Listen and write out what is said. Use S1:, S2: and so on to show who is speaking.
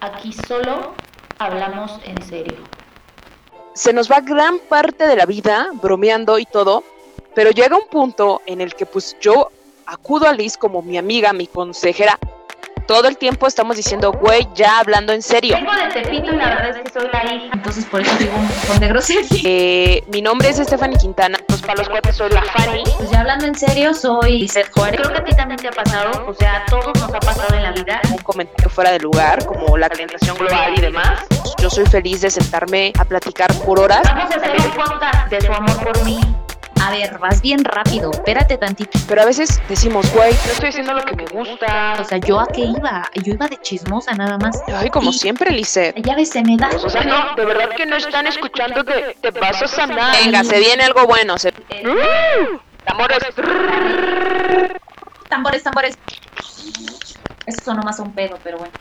S1: Aquí solo hablamos en serio.
S2: Se nos va gran parte de la vida bromeando y todo, pero llega un punto en el que pues yo acudo a Liz como mi amiga, mi consejera. Todo el tiempo estamos diciendo, güey, ya hablando en serio.
S1: Vengo de Tepito y la verdad es que soy la hija. Entonces por eso digo un montón de groserías.
S2: Eh, mi nombre es Stephanie Quintana, pues para los cuates soy la Fanny.
S1: Pues ya hablando en serio, soy Lizeth Juárez. Creo que a ti también te ha pasado, o sea, a todos nos ha pasado en la vida.
S2: Un comentario fuera de lugar, como la calentación global y demás. Yo soy feliz de sentarme a platicar por horas.
S1: Vamos a hacer un podcast de su amor por mí.
S3: A ver, vas bien rápido, espérate tantito.
S2: Pero a veces decimos, güey, no estoy haciendo lo que me gusta.
S3: O sea, ¿yo a qué iba? Yo iba de chismosa nada más.
S2: Ay, como siempre, Lizeth.
S3: Ya ves, se me da.
S2: O sea, no, de verdad que no están escuchando que te vas a sanar. Venga, se viene algo bueno. Se... Mm, Tambores.
S3: Tambores, tambores. Eso sonó más a un pedo, pero bueno.